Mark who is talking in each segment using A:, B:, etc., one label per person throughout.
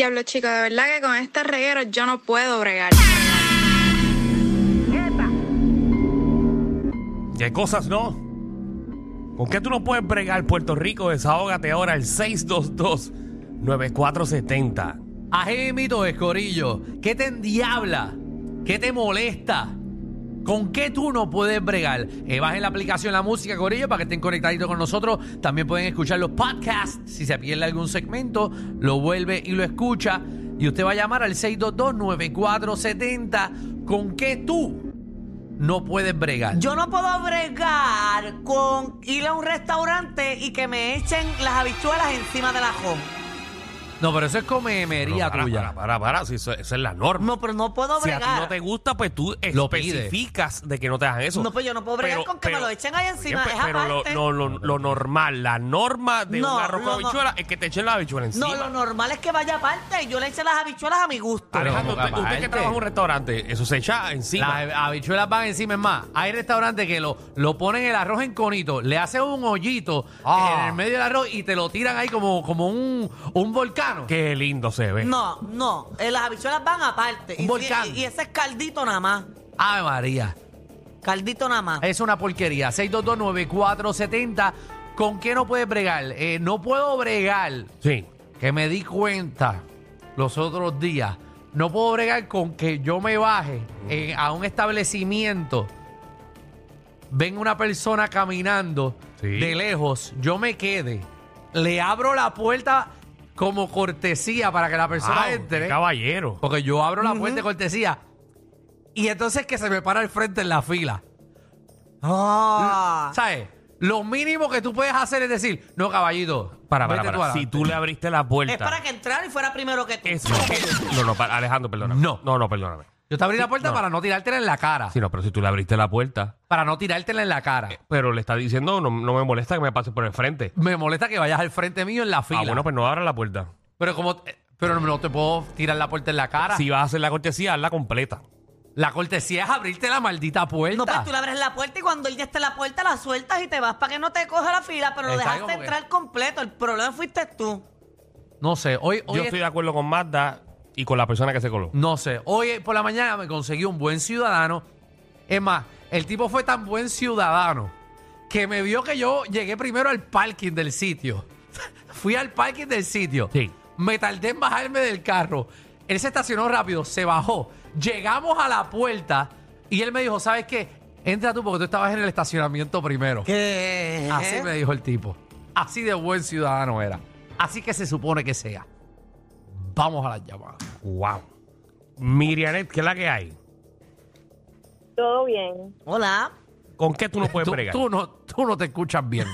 A: diablo, chico. De verdad que con este reguero yo no puedo bregar.
B: Y hay cosas, ¿no? ¿Con qué tú no puedes bregar Puerto Rico? Desahógate ahora al 622-9470.
C: Ají mito es, Corillo. ¿Qué te endiabla? ¿Qué te molesta? ¿Con qué tú no puedes bregar? Eh, bajen la aplicación La Música, Corillo, para que estén conectaditos con nosotros. También pueden escuchar los podcasts. Si se pierde algún segmento, lo vuelve y lo escucha. Y usted va a llamar al 622-9470. ¿Con qué tú no puedes bregar?
D: Yo no puedo bregar con ir a un restaurante y que me echen las habichuelas encima del ajón.
C: No, pero eso es comemería
B: Pero para,
C: tuya.
B: Para, para, para, si eso, eso es la norma.
D: No, pero no puedo
B: si a ti
D: bregar.
B: no te gusta, pues tú
C: Lo pides.
B: especificas de que no te hagan eso.
D: No, pues yo no puedo bregar con que me lo echen ahí encima,
B: Bien, pues,
D: es
B: pero lo,
D: aparte.
B: no, lo, lo normal, la norma de
D: No,
B: un arroz con
D: lo no-
B: habichuela es que te echen la habichuela encima. Ah,
D: No, lo normal es que vaya aparte. Yo le eche las habichuelas a mi gusto.
C: Pero
B: Alejandro,
C: como
B: usted, usted que
C: aparte.
B: trabaja en un restaurante, eso se echa encima.
C: Las habichuelas van encima, es más. Hay restaurantes que lo, lo ponen el arroz en conito, le hacen un hoyito
B: Ah.
C: en el medio del arroz y te lo tiran ahí como, como un, un volcán.
B: Qué lindo se ve.
D: No, no. eh, las habichuelas van aparte.
C: Un
D: y,
C: volcán.
D: y- y ese es caldito nada más.
C: Ave María.
D: Caldito nada
B: Eh,
D: más.
C: Es una porquería. 6229470. ¿Con qué no puedes bregar? Eh, no puedo bregar.
B: Sí.
C: Que me di cuenta los otros días. No puedo bregar con que yo me baje eh, a un establecimiento. Venga una persona caminando
B: Sí.
C: de lejos. Yo me quede. Le abro la puerta como cortesía para que la persona
B: Ah,
C: entre.
B: qué caballero.
C: Porque yo abro la puerta de cortesía. Y entonces que se me para el frente en la fila.
D: Ah.
C: ¿Sabes? Lo mínimo que tú puedes hacer es decir, no, caballito.
B: Para, para,
C: vete
B: para. Si
C: adelante".
B: tú le abriste la puerta.
D: Es para que entrara y fuera primero que tú.
B: Eso es- No, no, para- Alejandro, perdóname.
C: No.
B: No, no, perdóname.
C: Yo te abrí la puerta
B: no.
C: para no tirártela en la cara.
B: Sí, no, pero si tú le abriste la puerta,
C: Para no tirártela en la cara.
B: pero le está diciendo, no, no me molesta que me pases por el frente.
C: Me molesta que vayas al frente mío en la fila.
B: Ah, bueno, pues no abra la puerta.
C: Pero como... eh, Pero no te puedo tirar la puerta en la cara.
B: Si vas a hacer la cortesía, hazla completa.
C: La cortesía es abrirte la maldita puerta.
D: No, pues tú le abres la puerta y cuando él ya esté en la puerta la sueltas y te vas para que no te coja la fila, pero lo
C: Exacto,
D: dejaste
C: porque-
D: entrar completo. El problema fuiste tú.
C: No sé, hoy... hoy
B: Yo
C: es-
B: estoy de acuerdo con Magda y con la persona que se coló.
C: No sé. Hoy por la mañana me conseguí un buen ciudadano. Es más, el tipo fue tan buen ciudadano que me vio que yo llegué primero al parking del sitio. Fui al parking del sitio.
B: Sí.
C: Me tardé en bajarme del carro. Él se estacionó rápido, se bajó. Llegamos a la puerta y él me dijo, ¿sabes qué? Entra tú porque tú estabas en el estacionamiento primero.
D: ¿Qué?
C: Así me dijo el tipo. Así de buen ciudadano era. Así que se supone que sea. Vamos a las llamadas.
B: Wow. Mirianet, ¿qué es la que hay?
E: Todo bien.
D: Hola.
B: ¿Con qué tú no puedes
C: Tú,
B: bregar?
C: tú no, tú no te escuchas bien.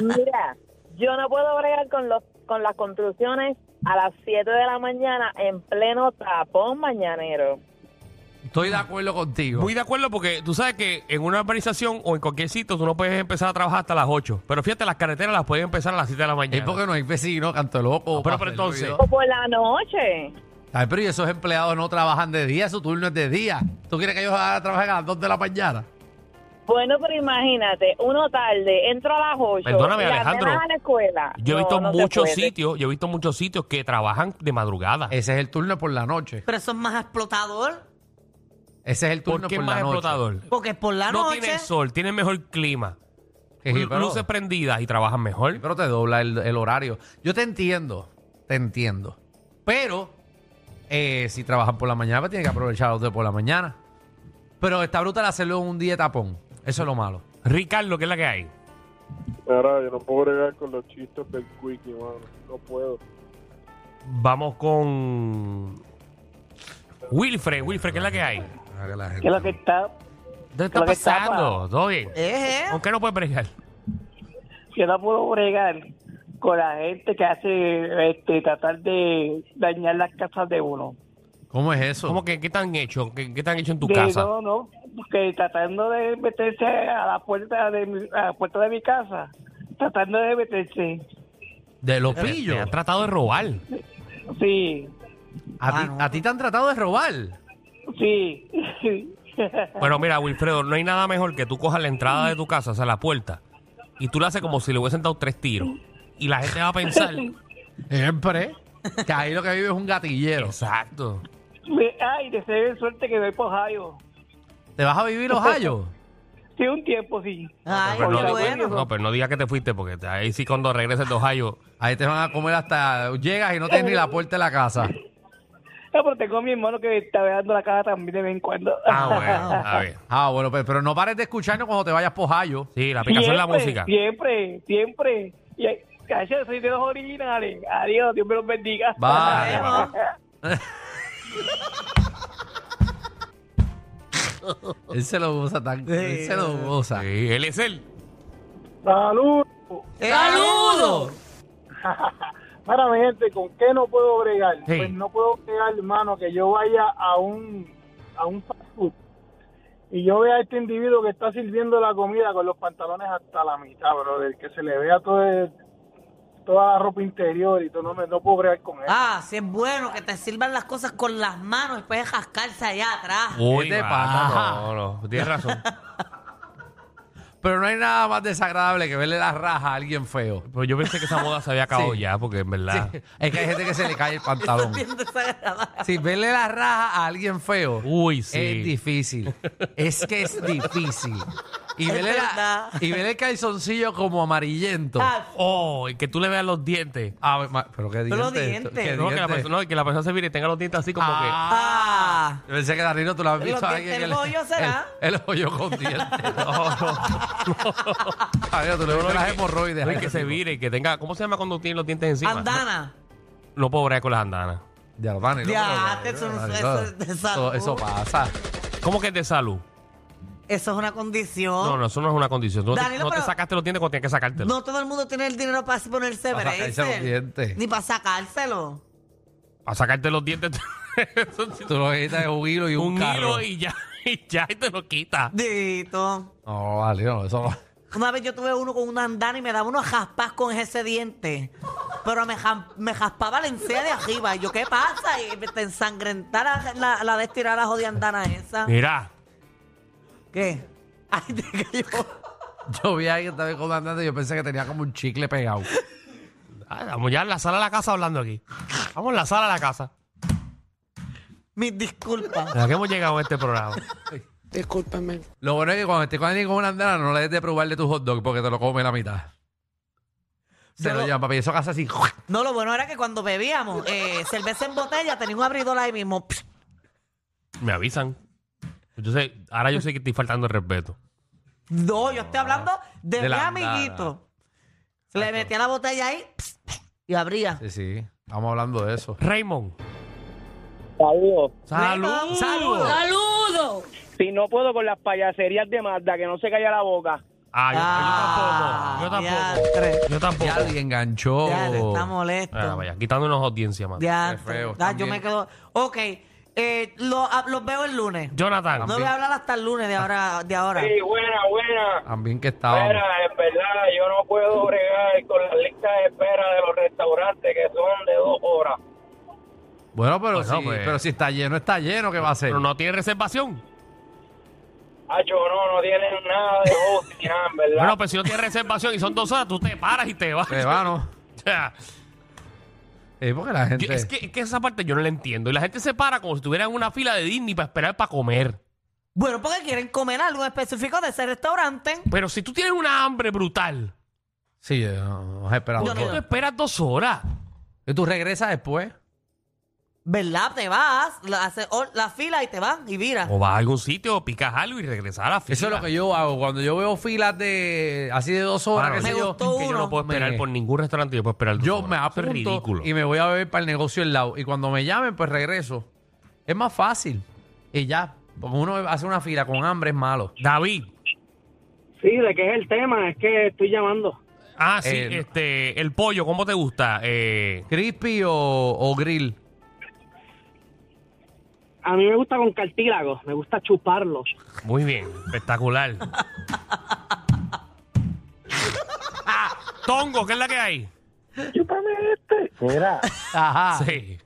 E: Mira, yo no puedo bregar con los con las construcciones a las 7 de la mañana en pleno tapón mañanero.
C: Estoy de acuerdo contigo.
B: Muy de acuerdo porque tú sabes que en una urbanización o en cualquier sitio tú no puedes empezar a trabajar hasta las 8. Pero fíjate, las carreteras las puedes empezar a las 7 de la mañana.
C: es porque no hay vecino, canto loco.
B: Ah, pero-
C: pasa
B: pero
C: el
B: entonces-
C: ruido.
E: O por la noche.
C: Ay, pero y esos empleados no trabajan de día, su turno es de día. ¿Tú quieres que ellos ah, trabajen a las 2 de la mañana?
E: Bueno, pero imagínate, uno tarde, entro a las 8.
B: Perdóname,
E: y las
B: Alejandro.
E: nenas a la escuela.
B: Yo he
E: No,
B: visto
E: no se
B: muchos
E: puede.
B: sitios, yo he visto muchos sitios que trabajan de madrugada.
C: Ese es el turno por la noche.
D: Pero eso es más explotador.
C: Ese es el
B: ¿Por
C: turno por,
B: qué es
C: la
B: más
C: noche.
B: explotador?
D: Porque es por la
B: no
D: noche.
B: tiene sol, tiene mejor clima,
C: Sí,
B: lu-
C: pero,
B: luces prendidas y trabajan mejor.
C: pero te dobla el, el horario. Yo te entiendo, te entiendo. Pero eh, si trabajan por la mañana, pues tienen que aprovechar los de por la mañana. Pero está brutal hacerlo en un día de tapón. Eso es lo malo.
B: Ricardo, ¿qué es la que hay?
F: Mira, yo no puedo bregar con los chistes del Quickie, mano. No puedo.
B: Vamos con Wilfred, Wilfred, ¿qué es la que hay?
E: Que lo que está,
B: ¿Qué está
E: Lo que está
B: pasando? ¿Todo bien?
D: Eh, eh.
B: ¿Con qué no puedes bregar?
E: yo no puedo bregar con la gente que hace este tratar de dañar las casas de uno.
C: ¿Cómo es eso?
B: ¿Cómo que qué te han hecho? ¿Qué, qué te han hecho en tu
E: De-
B: casa?
E: No, no, que tratando de meterse a la puerta de mi, a la puerta de mi casa, tratando de meterse.
C: De los
B: Te- Te,
C: pillos.
B: han tratado de robar.
E: Sí,
C: ¿A,
D: Ah,
C: ti,
D: no.
C: a ti te han tratado de robar.
E: sí.
B: Bueno, mira, Wilfredo, no hay nada mejor que tú cojas la entrada de tu casa, o sea, la puerta, y tú la haces como si le hubiesen dado tres tiros. Y la gente va a pensar
C: Siempre. Que ahí lo que vive es un gatillero.
B: Exacto.
G: Me- Ay, deseo suerte que voy por Ohio.
C: ¿Te vas a vivir Ohio?
G: Sí, un tiempo, sí.
D: Ay,
B: Pero
D: qué
B: no,
D: bueno.
B: no, pero no digas que te fuiste porque te- ahí sí cuando regreses de Ohio.
C: Ahí te van a comer hasta... Llegas y no tienes ni la puerta de la casa.
G: No, pero tengo a mi hermano que está dando la cara también de vez en cuando.
B: Ah, bueno, a ver.
C: Ah, bueno, pe- pero no pares de escucharnos cuando te vayas por Ohio.
B: Sí, la aplicación de la
C: pues,
B: música.
G: Siempre, siempre. Y ahí- Cacho, soy de los originales. Adiós, Dios me los bendiga.
C: Vale.
D: Vemos.
C: Él se lo usa tan... Él se lo usa.
B: Sí, él es él.
F: Salud.
D: Eh, ¡Saludos!
F: Mira, mi gente, ¿con qué no puedo bregar?
B: Sí.
F: Pues no puedo bregar, hermano, que yo vaya a un, a un fast food y yo vea a este individuo que está sirviendo la comida con los pantalones hasta la mitad, brother, que se le vea todo el- toda la ropa interior y todo, no, me, no puedo bregar con él.
D: Ah, sí es bueno que te sirvan las cosas con las manos después de jascarse allá atrás.
B: Uy,
C: ¿Qué te
B: mano,
C: pasa?
B: No, no, tienes razón.
C: Pero no hay nada más desagradable que verle la raja a alguien feo.
B: Pero Pues yo pensé que esa moda se había acabado
C: Sí.
B: ya porque en verdad.
C: Sí, es que hay gente que se le cae el
D: Eso
C: pantalón.
D: es bien desagradable.
C: Si verle la raja a alguien feo
B: Uy, sí.
C: es difícil. Es que es difícil. Y
D: Es
C: verle, la-
D: verdad.
C: y verle el calzoncillo como amarillento.
D: Ah,
B: Oh, y que tú le veas los dientes.
C: A ver, ma- pero qué
D: Pero
C: dientes.
D: dientes.
C: ¿Qué
B: No, que la
C: dientes?
B: persona, no, que la persona se mire y tenga los dientes así como
D: ah.
C: Yo pensé que Danilo tú lo has
D: Los
C: visto a alguien
D: dientes,
C: que
D: el
C: le-
D: hoyo será.
C: El, el hoyo con dientes.
B: que. No, no,
C: Danilo, tú le
B: no,
C: viste
B: y
C: las
B: que-
C: hemorroides.
B: no, y
C: a
B: que
C: ese
B: se
C: tipo.
B: vire y que tenga. ¿Cómo se llama cuando tiene los dientes encima?
D: Andana.
B: No puedo bregar con las andanas.
C: Ya, Danilo,
D: Ya,
C: pero-
D: eso no-
C: Danilo,
D: eso es de
C: eso,
D: salud.
C: eso pasa.
B: ¿Cómo que es de salud?
D: Eso es una condición.
B: No, no, eso no es una condición. Tú no te-
D: Oh. Danilo,
B: no te
D: pero-
B: sacaste los dientes cuando tienes que sacártelos.
D: No todo el mundo tiene el dinero para ponerse
C: Para
D: braces.
C: sacarse los dientes.
D: Ni para sacárselo.
B: A sacarte los dientes. eso sí,
C: Tú lo quitas de un hilo y un,
B: un hilo
C: carro.
B: y ya, y ya, y te lo quita.
D: Dito.
C: No, Danilo, eso no.
D: Una vez yo tuve uno con una andana y me daba unos jaspas con ese diente. Pero me, jam- me jaspaba la encía de arriba. Y yo, ¿qué pasa? Y me te ensangrentara la, la de estirar la jodida andana esa.
B: Mira,
D: ¿Qué? Ay, te cayó.
C: Yo vi a alguien también con andando y yo pensé que tenía como un chicle pegado.
B: ah, vamos ya en la sala de la casa hablando aquí. Vamos en la sala de la casa.
D: Mis disculpas.
B: ¿A qué hemos llegado en este programa?
C: Lo bueno es que cuando estés con alguien con una andana no le des de probarle tu hot dog porque te lo come la mitad. Se
D: Pero-
C: lo llevan, papi. Eso hace así.
D: No, lo bueno era que cuando bebíamos eh, cerveza en botella tenía un abridor ahí mismo. Psh,
B: Me avisan. Entonces, ahora yo sé que estoy faltando el respeto.
D: No, yo estoy hablando de,
C: De
D: mi
C: la
D: amiguito. Se le metía la botella ahí pss, pss, y abría.
C: Sí, sí. Estamos hablando de eso.
B: Raymond.
G: Saludos.
B: Salud.
D: Raymond.
B: Salud.
G: Si no puedo con las payaserías de Mazda, que no se calla la boca.
B: Ah, yo, yo tampoco. Yo
D: Ah, diantre.
B: tampoco. Yo tampoco.
C: Ya alguien enganchó.
D: Ya, le está molesto.
B: Ah, vaya, quitándonos audiencia, mano.
D: Ya,
C: Qué feo,
D: ah, yo
C: también.
D: me quedo. Ok, eh, lo- ah, los veo el lunes.
B: Jonathan.
D: No voy a hablar hasta el lunes de ahora. De ahora.
G: Sí, buena, buena.
C: También que
G: Mira,
C: estaba.
G: en verdad, yo no puedo bregar con las listas de espera de los restaurantes que son de dos horas.
C: Bueno, pero,
B: Bueno,
C: si,
B: pues.
C: pero si está lleno, está lleno. ¿Qué va a hacer?
B: Pero no tiene reservación.
G: Hacho, no, no tienen nada de hostia, en verdad.
B: Bueno, pues si no tiene reservación y son dos horas, tú te paras y te vas.
C: Se va, ¿no?
B: O sea,
C: Sí, Eh, porque la gente.
B: yo- es, que, es que esa parte yo no la entiendo. Y la gente se para como si estuviera en una fila de Disney para esperar para comer.
D: Bueno, porque quieren comer algo específico de ese restaurante.
B: Pero si tú tienes una hambre brutal,
C: Sí, eh, yo no, no has esperado.
D: Yo no-
B: ¿por qué tú esperas dos horas?
C: Y tú regresas después.
D: ¿Verdad? Te vas, la, haces or- la fila y te van y mira.
B: O vas a algún sitio, picas algo y regresas a la fila.
C: Eso es lo que yo hago. Cuando yo veo filas de así de dos horas,
B: Mano,
C: qué sé
D: me
C: yo,
D: gustó
B: que yo
D: uno.
B: no puedo esperar
C: Me-
B: por ningún restaurante, yo puedo esperar dos
C: yo
B: horas.
C: me
B: Eso es
C: apunto
B: ridículo.
C: y me voy a beber para el negocio al lado. Y cuando me llamen, pues regreso. Es más fácil. Y ya. Porque uno hace una fila con hambre, es malo.
B: David.
G: Sí, ¿de qué es el tema? Es que estoy llamando.
B: Ah, sí,
C: Eh, no.
B: este, el pollo, ¿cómo te gusta? Eh,
C: ¿Crispy o, o grill?
G: A mí me gusta con cartílagos, me gusta chuparlos.
B: muy bien, espectacular. Ah, tongo, ¿qué es la que hay?
F: Mira,
C: Ajá.
B: Sí.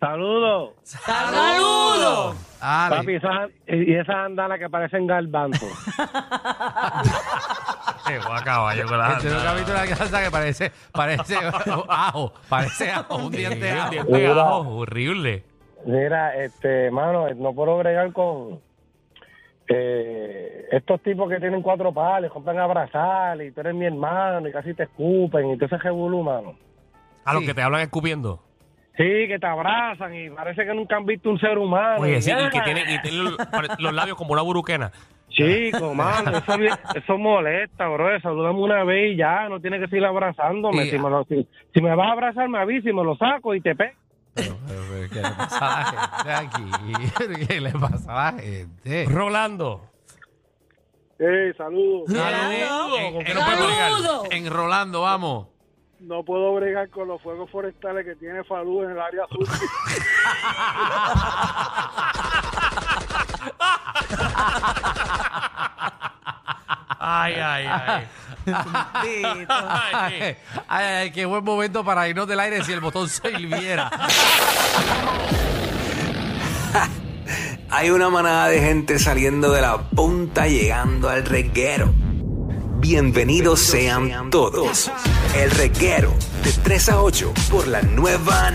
F: saludos.
D: ¡Saludos!
C: Ale.
F: Papi, esas, y esas andanas que parecen garbanzos.
B: Te Eh, voy a caballo con la
C: Este es un capítulo de la casa que parece, parece ajo, parece ajo, un diente de ajo.
B: Diente de ajo, horrible.
G: Mira, este, mano, no puedo bregar con eh, estos tipos que tienen cuatro palos, compran a abrazar y tú eres mi hermano y casi te escupen y tú ese revolú, mano.
B: A los
C: Sí.
B: que te hablan escupiendo.
G: Sí, que te abrazan y parece que nunca han visto un ser humano.
B: Oye, sí, y
G: Ya.
B: que tiene, y tiene los, pare- los labios como una buruquena.
G: Chico, mano, eso, es bien- eso molesta, bro. Saludame una vez y ya, no tienes que seguir abrazándome.
C: Y-
G: Si, me lo- si- si me vas a abrazar, me avisa y me lo saco y te pego.
C: Pero, pero, pero, ¿Qué le pasa a la gente aquí? ¿Qué le pasa a la gente?
B: Rolando.
F: Eh, saludos.
B: Saludos.
C: En-
B: ¿Con qué
C: en-
B: no puedes bregar?
C: Enrolando, vamos.
F: No puedo bregar con los fuegos forestales que tiene Falú en el área azul.
B: Ay, ay, ay.
H: Bendito.
B: Ay,
C: Ay, ay, qué buen momento para irnos del aire si el botón se hirviera.
I: Hay una manada de gente saliendo de la punta llegando al reguero. Bienvenidos sean todos. El reguero de 3 a 8 por la nueva